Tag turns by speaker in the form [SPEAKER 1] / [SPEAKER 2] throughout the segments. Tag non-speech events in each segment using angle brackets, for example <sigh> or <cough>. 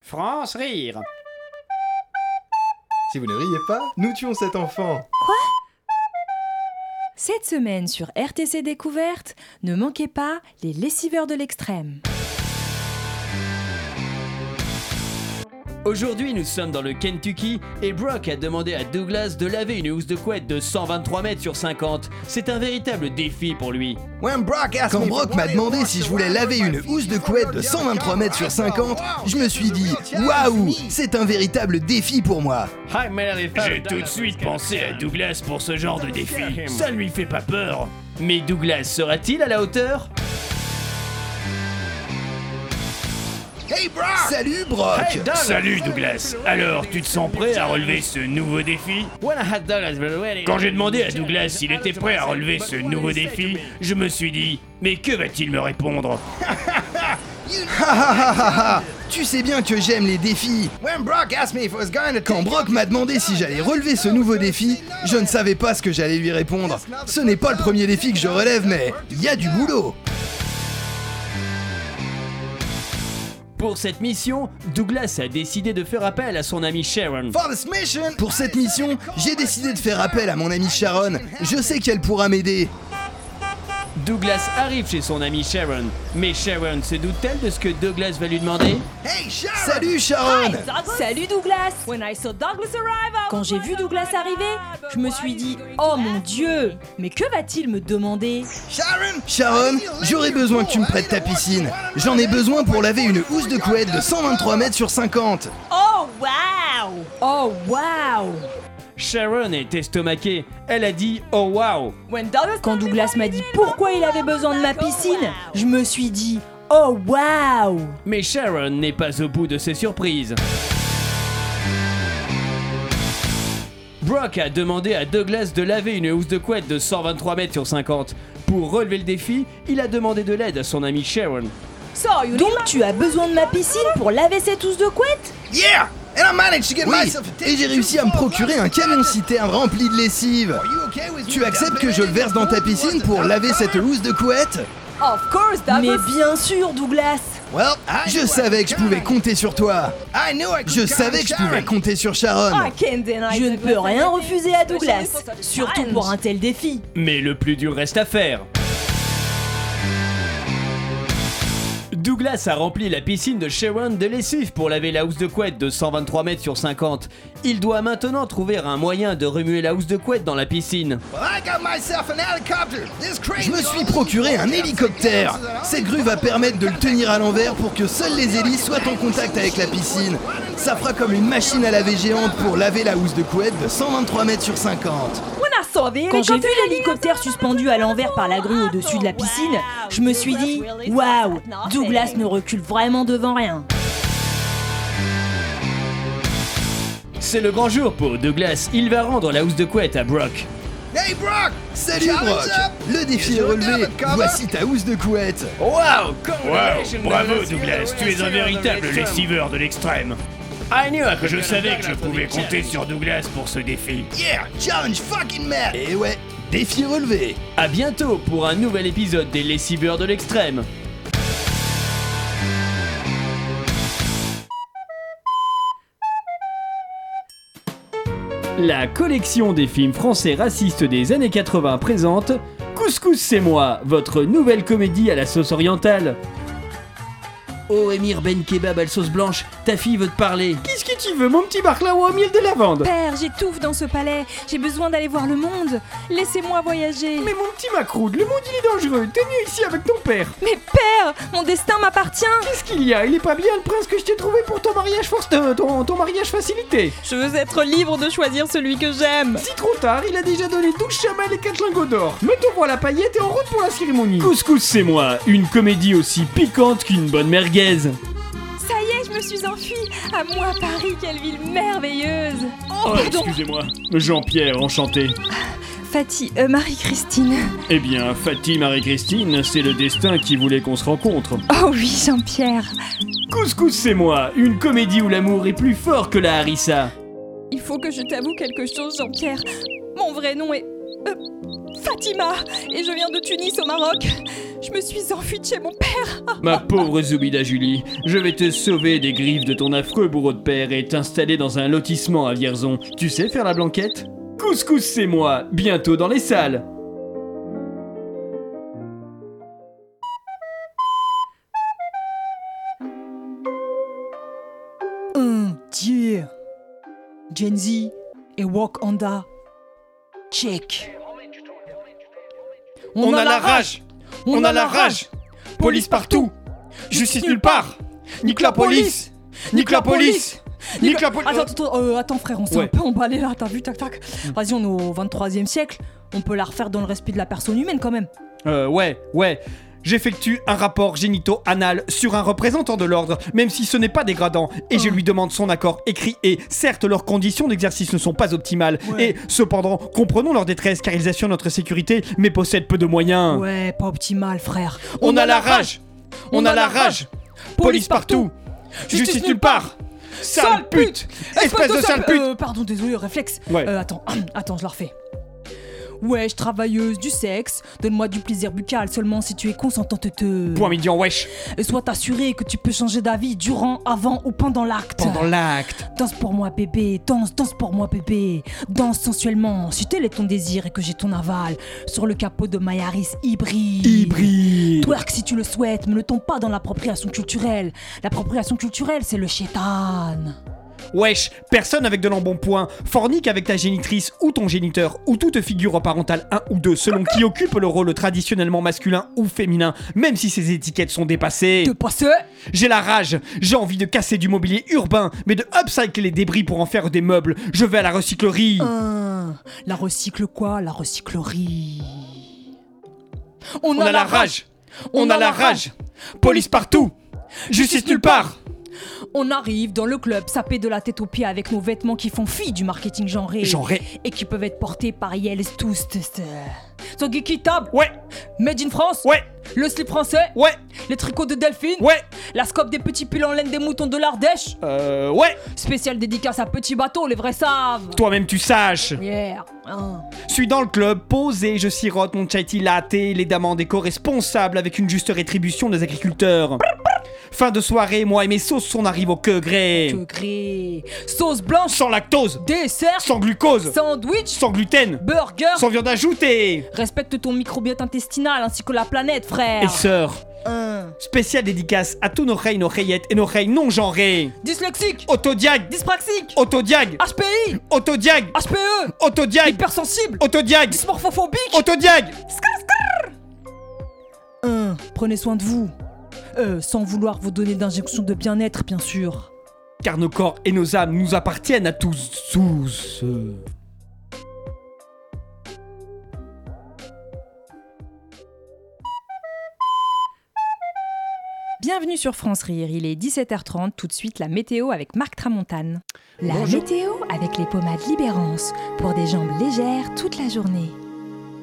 [SPEAKER 1] France rire.
[SPEAKER 2] Si vous ne riez pas, nous tuons cet enfant.
[SPEAKER 3] Cette semaine sur RTC Découverte, ne manquez pas les lessiveurs de l'extrême.
[SPEAKER 4] Aujourd'hui, nous sommes dans le Kentucky et Brock a demandé à Douglas de laver une housse de couette de 123 mètres sur 50. C'est un véritable défi pour lui.
[SPEAKER 5] Quand Brock m'a demandé si je voulais laver une housse de couette de 123 mètres sur 50, je me suis dit Waouh, c'est un véritable défi pour moi.
[SPEAKER 4] J'ai tout de suite pensé à Douglas pour ce genre de défi. Ça lui fait pas peur. Mais Douglas sera-t-il à la hauteur
[SPEAKER 5] Salut Brock
[SPEAKER 4] Salut Douglas. Alors, tu te sens prêt à relever ce nouveau défi Quand j'ai demandé à Douglas s'il était prêt à relever ce nouveau défi, je me suis dit, mais que va-t-il me répondre
[SPEAKER 5] Tu sais bien que j'aime les défis. Quand Brock m'a demandé si j'allais relever ce nouveau défi, je ne savais pas ce que j'allais lui répondre. Ce n'est pas le premier défi que je relève, mais il y a du boulot.
[SPEAKER 4] Pour cette mission, Douglas a décidé de faire appel à son ami Sharon.
[SPEAKER 5] Pour cette mission, j'ai décidé de faire appel à mon amie Sharon. Je sais qu'elle pourra m'aider.
[SPEAKER 4] Douglas arrive chez son ami Sharon, mais Sharon se doute-t-elle de ce que Douglas va lui demander
[SPEAKER 5] Salut Sharon
[SPEAKER 3] Salut Douglas Quand j'ai vu Douglas arriver, je me suis dit Oh mon Dieu Mais que va-t-il me demander
[SPEAKER 5] Sharon, j'aurais besoin que tu me prêtes ta piscine. J'en ai besoin pour laver une housse de couette de 123 mètres sur 50.
[SPEAKER 3] Oh waouh Oh waouh
[SPEAKER 4] Sharon est estomaquée. Elle a dit Oh wow
[SPEAKER 3] Quand Douglas m'a dit pourquoi il avait besoin de ma piscine, je me suis dit Oh waouh
[SPEAKER 4] Mais Sharon n'est pas au bout de ses surprises. Brock a demandé à Douglas de laver une housse de couette de 123 mètres sur 50. Pour relever le défi, il a demandé de l'aide à son ami Sharon.
[SPEAKER 3] Donc tu as besoin de ma piscine pour laver cette housse de couette
[SPEAKER 5] Oui, et j'ai réussi à me procurer un camion citerne rempli de lessive. Tu acceptes que je le verse dans ta piscine pour laver cette housse de couette
[SPEAKER 3] Mais bien sûr Douglas
[SPEAKER 5] Well, je savais que je pouvais compter sur toi. Je savais que je pouvais compter sur Sharon.
[SPEAKER 3] Je ne peux rien refuser à Douglas, surtout pour un tel défi.
[SPEAKER 4] Mais le plus dur reste à faire. Douglas a rempli la piscine de Sharon de lessive pour laver la housse de couette de 123 mètres sur 50. Il doit maintenant trouver un moyen de remuer la housse de couette dans la piscine.
[SPEAKER 5] Je me suis procuré un hélicoptère. Cette grue va permettre de le tenir à l'envers pour que seules les hélices soient en contact avec la piscine. Ça fera comme une machine à laver géante pour laver la housse de couette de 123 mètres sur 50.
[SPEAKER 3] Quand j'ai vu l'hélicoptère suspendu à l'envers par la grue au-dessus de la piscine, je me suis dit Waouh Douglas ne recule vraiment devant rien.
[SPEAKER 4] C'est le grand jour pour Douglas, il va rendre la housse de couette à Brock.
[SPEAKER 5] Salut Brock Le défi est relevé. Voici ta housse de couette.
[SPEAKER 4] Wow,
[SPEAKER 6] Bravo Douglas, tu es un véritable lessiveur de l'extrême. Je savais que je pouvais compter sur Douglas pour ce défi.
[SPEAKER 5] Yeah, challenge fucking man. Et Eh ouais, défi relevé.
[SPEAKER 4] À bientôt pour un nouvel épisode des lessiveurs de l'extrême. La collection des films français racistes des années 80 présente Couscous c'est moi, votre nouvelle comédie à la sauce orientale. Oh Emir Ben Kebab à la sauce blanche, ta fille veut te parler. Qu'est-ce que tu veux, mon petit baklawa au miel de lavande
[SPEAKER 7] Père, j'étouffe dans ce palais. J'ai besoin d'aller voir le monde. Laissez-moi voyager.
[SPEAKER 4] Mais mon petit macroude, le monde il est dangereux, t'es mieux ici avec ton père.
[SPEAKER 7] Mais père, mon destin m'appartient.
[SPEAKER 4] Qu'est-ce qu'il y a Il est pas bien le prince que je t'ai trouvé pour ton mariage force euh, ton, ton mariage facilité.
[SPEAKER 7] Je veux être libre de choisir celui que j'aime.
[SPEAKER 4] Si trop tard, il a déjà donné 12 chamelles et 4 lingots d'or. Mettons-moi la paillette et en route pour la cérémonie. Couscous c'est moi, une comédie aussi piquante qu'une bonne merguez.
[SPEAKER 7] Ça y est, je me suis enfuie. À moi, Paris, quelle ville merveilleuse. Oh, pardon.
[SPEAKER 4] excusez-moi. Jean-Pierre, enchanté.
[SPEAKER 7] Fatih, euh, Marie-Christine.
[SPEAKER 4] Eh bien, Fatih Marie-Christine, c'est le destin qui voulait qu'on se rencontre.
[SPEAKER 7] Oh oui, Jean-Pierre.
[SPEAKER 4] Couscous c'est moi, une comédie où l'amour est plus fort que la harissa.
[SPEAKER 7] Il faut que je t'avoue quelque chose, Jean-Pierre. Mon vrai nom est. euh, Fatima. Et je viens de Tunis au Maroc. Je me suis enfuie de chez mon père
[SPEAKER 4] Ma pauvre Zubida Julie, je vais te sauver des griffes de ton affreux bourreau de père et t'installer dans un lotissement à Vierzon. Tu sais faire la blanquette Couscous, c'est moi, bientôt dans les salles.
[SPEAKER 1] Un tir. Gen Z et Walk Honda. Check.
[SPEAKER 3] On, a, la rage On a la rage
[SPEAKER 1] Police partout. Justice nulle part. Nique la police. Nique la police. Nique la police. Attends, attends, euh, attends, frère, on s'est
[SPEAKER 4] Ouais. Mm.
[SPEAKER 1] un peu emballé là, t'as vu, tac, tac. Vas-y, on est au 23e siècle. On peut la refaire dans le respect de la personne humaine quand même.
[SPEAKER 4] Euh, ouais, ouais. J'effectue un rapport génito-anal sur un représentant de l'ordre, même si ce n'est pas dégradant, et je lui demande son accord écrit. Et certes, leurs conditions d'exercice ne sont pas optimales,
[SPEAKER 1] Ouais.
[SPEAKER 4] et cependant, comprenons leur détresse car ils assurent notre sécurité, mais possèdent peu de moyens.
[SPEAKER 1] Ouais, pas optimal, frère.
[SPEAKER 4] On a la rage On a la rage Police partout Justice nulle part Sale pute Espèce de sale pute
[SPEAKER 1] Euh, Pardon, désolé, réflexe.
[SPEAKER 4] Ouais.
[SPEAKER 1] Euh, attends, <clears throat> attends, je la refais. Wesh, travailleuse du sexe, donne-moi du plaisir buccal seulement si tu es consentante. Te...
[SPEAKER 4] Point médian, wesh
[SPEAKER 1] Et sois assurée que tu peux changer d'avis durant, avant ou pendant l'acte.
[SPEAKER 4] Pendant l'acte
[SPEAKER 1] Danse pour moi, bébé, danse, danse pour moi, bébé. Danse sensuellement, si tel est ton désir et que j'ai ton aval, sur le capot de my Yaris hybride.
[SPEAKER 4] Hybride
[SPEAKER 1] Twerk si tu le souhaites, mais ne tombe pas dans l'appropriation culturelle. L'appropriation culturelle, c'est le chétan.
[SPEAKER 4] Wesh Personne avec de l'embonpoint Fornique avec ta génitrice ou ton géniteur ou toute figure parentale 1 ou 2 selon qui occupe le rôle traditionnellement masculin ou féminin, même si ces étiquettes sont dépassées
[SPEAKER 1] Te passe
[SPEAKER 4] J'ai la rage, j'ai envie de casser du mobilier urbain, mais de upcycler les débris pour en faire des meubles. Je vais à la recyclerie.
[SPEAKER 7] Euh,
[SPEAKER 1] Hein, La recycle quoi La recyclerie. On,
[SPEAKER 4] On a la rage On a la rage Police partout Justice nulle part
[SPEAKER 1] On arrive dans le club, sapé de la tête aux pieds avec nos vêtements qui font fi du marketing genré.
[SPEAKER 4] Genré
[SPEAKER 1] Et qui peuvent être portés par Yels tous. Sont équitable
[SPEAKER 4] Ouais
[SPEAKER 1] Made in France
[SPEAKER 4] Ouais
[SPEAKER 1] Le slip français
[SPEAKER 4] Ouais
[SPEAKER 1] Les tricots de Delphine
[SPEAKER 4] Ouais
[SPEAKER 1] La scope des petits pulls en laine des moutons de l'Ardèche
[SPEAKER 4] Euh... Ouais
[SPEAKER 1] Spécial dédicace à Petit Bateau, les vrais savent
[SPEAKER 4] Toi-même tu saches
[SPEAKER 1] Yeah Hein.
[SPEAKER 4] Je suis dans le club, posé, je sirote mon chai tea latte, les dames en déco responsables avec une juste rétribution des agriculteurs. Fin de soirée, moi et mes sauces, on arrive au que gré.
[SPEAKER 1] Que gré Sauce blanche
[SPEAKER 4] Sans lactose
[SPEAKER 1] Dessert
[SPEAKER 4] Sans glucose
[SPEAKER 1] Sandwich
[SPEAKER 4] Sans gluten
[SPEAKER 1] Burger
[SPEAKER 4] Sans viande ajoutée
[SPEAKER 1] Respecte ton microbiote intestinal ainsi que la planète, frère
[SPEAKER 4] Et sœur,
[SPEAKER 1] Hein.
[SPEAKER 4] spéciale dédicace à tous nos reilles, nos rayettes et nos reilles non genrées.
[SPEAKER 1] Dyslexique
[SPEAKER 4] Autodiag
[SPEAKER 1] Dyspraxique
[SPEAKER 4] Autodiag
[SPEAKER 1] HPI
[SPEAKER 4] Autodiag
[SPEAKER 1] HPE
[SPEAKER 4] Autodiag
[SPEAKER 1] E. Hypersensible
[SPEAKER 4] Autodiag
[SPEAKER 1] Dysmorphophobique
[SPEAKER 4] Autodiag
[SPEAKER 1] Hein, Prenez soin de vous Euh, sans vouloir vous donner d'injection de bien-être, bien sûr.
[SPEAKER 4] Car nos corps et nos âmes nous appartiennent à tous. tous.
[SPEAKER 7] Bienvenue sur France Rire, il est 17h30, tout de suite la météo avec Marc Tramontane. La météo avec les pommades Libérance, pour des jambes légères toute la journée.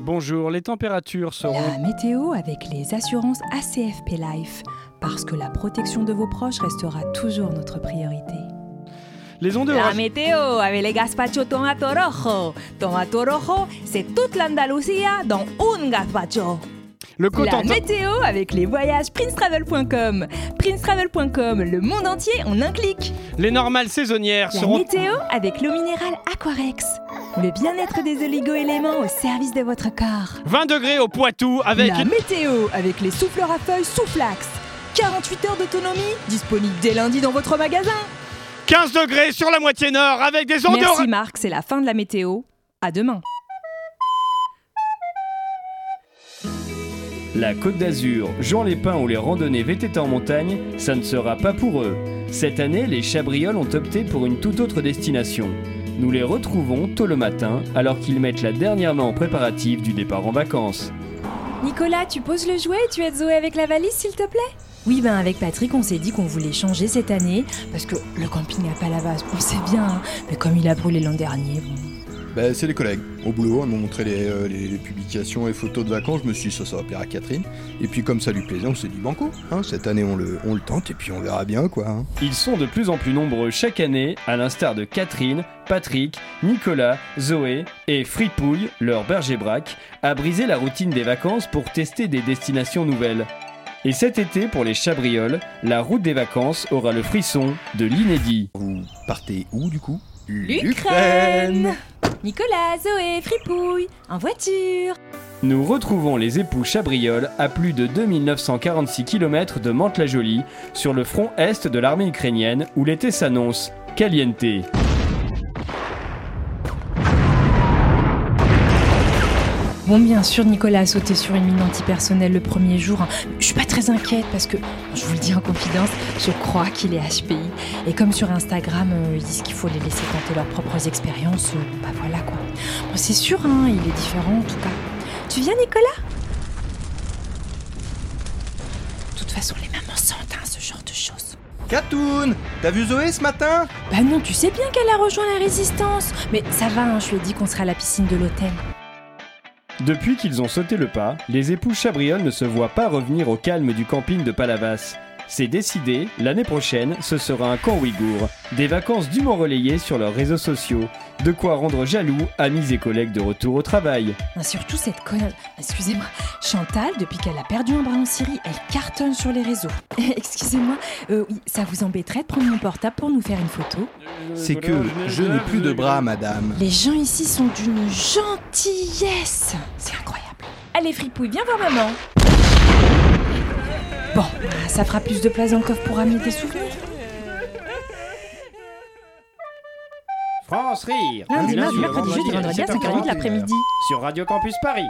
[SPEAKER 8] Bonjour, les températures seront...
[SPEAKER 7] La météo avec les assurances ACFP Life, parce que la protection de vos proches restera toujours notre priorité.
[SPEAKER 8] Les ondes
[SPEAKER 7] La
[SPEAKER 8] orageuses...
[SPEAKER 7] météo avec les gazpacho tomato rojo. Tomato rojo, c'est toute l'Andalusia dans un gazpacho. La
[SPEAKER 8] Le coton...
[SPEAKER 7] météo avec les voyages princetravel.com. Princetravel.com, le monde entier en un clic.
[SPEAKER 8] Les normales saisonnières
[SPEAKER 7] La
[SPEAKER 8] seront...
[SPEAKER 7] météo avec l'eau minérale Aquarex. Le bien-être des oligo-éléments au service de votre corps.
[SPEAKER 8] 20 degrés au Poitou avec...
[SPEAKER 7] La météo avec les souffleurs à feuilles Souflax. 48 heures d'autonomie, disponible dès lundi dans votre magasin.
[SPEAKER 8] 15 degrés sur la moitié nord avec des ondes orageuses...
[SPEAKER 7] Merci Marc, c'est la fin de la météo. À demain.
[SPEAKER 4] La Côte d'Azur, Jean Lépin ou les randonnées VTT en montagne, ça ne sera pas pour eux. Cette année, les Chabrioles ont opté pour une toute autre destination. Nous les retrouvons tôt le matin, alors qu'ils mettent la dernière main en préparatif du départ en vacances.
[SPEAKER 7] Nicolas, tu poses le jouet et tu aides Zoé avec la valise, s'il te plaît Oui, ben avec Patrick, on s'est dit qu'on voulait changer cette année, parce que le camping à Palavas, on sait bien, hein, mais comme il a brûlé l'an dernier, bon.
[SPEAKER 5] Bah, c'est les collègues. Au boulot, ils m'ont montré les, euh, les- les publications et photos de vacances. Je me suis dit, ça, ça va plaire à Catherine. Et puis, comme ça lui plaisait, on s'est dit banco. hein, cette année, on le, on le tente et puis on verra bien, quoi. hein.
[SPEAKER 4] Ils sont de plus en plus nombreux chaque année, à l'instar de Catherine, Patrick, Nicolas, Zoé et Fripouille, leur berger braque, à briser la routine des vacances pour tester des destinations nouvelles. Et cet été, pour les Chabrioles, la route des vacances aura le frisson de l'inédit.
[SPEAKER 5] Vous partez où, du coup
[SPEAKER 7] L'Ukraine Nicolas, Zoé, Fripouille, en voiture
[SPEAKER 4] Nous retrouvons les époux Chabrioles à plus de 2946 km de Mantes-la-Jolie, sur le front est de l'armée ukrainienne, où l'été s'annonce caliente.
[SPEAKER 7] Bon, bien sûr, Nicolas a sauté sur une mine antipersonnelle le premier jour. hein. Je suis pas très inquiète parce que, je vous le dis en confidence, je crois qu'il est HPI. Et comme sur Instagram, euh, ils disent qu'il faut les laisser tenter leurs propres expériences, euh, bah voilà quoi. Bon, c'est sûr, hein, il est différent en tout cas. Tu viens, Nicolas De toute façon, les mamans sentent hein, ce genre de choses.
[SPEAKER 5] Catoun T'as vu Zoé ce matin
[SPEAKER 7] Bah non, tu sais bien qu'elle a rejoint la résistance. Mais ça va, hein, je lui ai dit qu'on serait à la piscine de l'hôtel.
[SPEAKER 4] Depuis qu'ils ont sauté le pas, les époux Chabrillon ne se voient pas revenir au calme du camping de Palavas. C'est décidé, l'année prochaine, ce sera un camp ouïghour. Des vacances dûment relayées sur leurs réseaux sociaux. De quoi rendre jaloux amis et collègues de retour au travail.
[SPEAKER 7] Ah, Surtout cette connasse. Excusez-moi, Chantal, depuis qu'elle a perdu un bras en Syrie, elle cartonne sur les réseaux. <laughs> Excusez-moi, euh, oui, ça vous embêterait de prendre mon portable pour nous faire une photo
[SPEAKER 5] C'est que je n'ai plus de bras, madame.
[SPEAKER 7] Les gens ici sont d'une gentillesse C'est incroyable. Allez, fripouille, viens voir maman Bon, bah, ça fera plus de place dans le coffre pour ramener des souvenirs.
[SPEAKER 4] France Rire
[SPEAKER 5] Lundi,
[SPEAKER 7] Lundi, mardi,
[SPEAKER 5] le
[SPEAKER 7] mercredi,
[SPEAKER 5] vendredi,
[SPEAKER 7] jeudi,
[SPEAKER 5] à
[SPEAKER 4] Ah,
[SPEAKER 7] vendredi, à
[SPEAKER 5] 7h40,
[SPEAKER 7] 5h30 de l'après-midi.
[SPEAKER 4] sur Radio Campus Paris.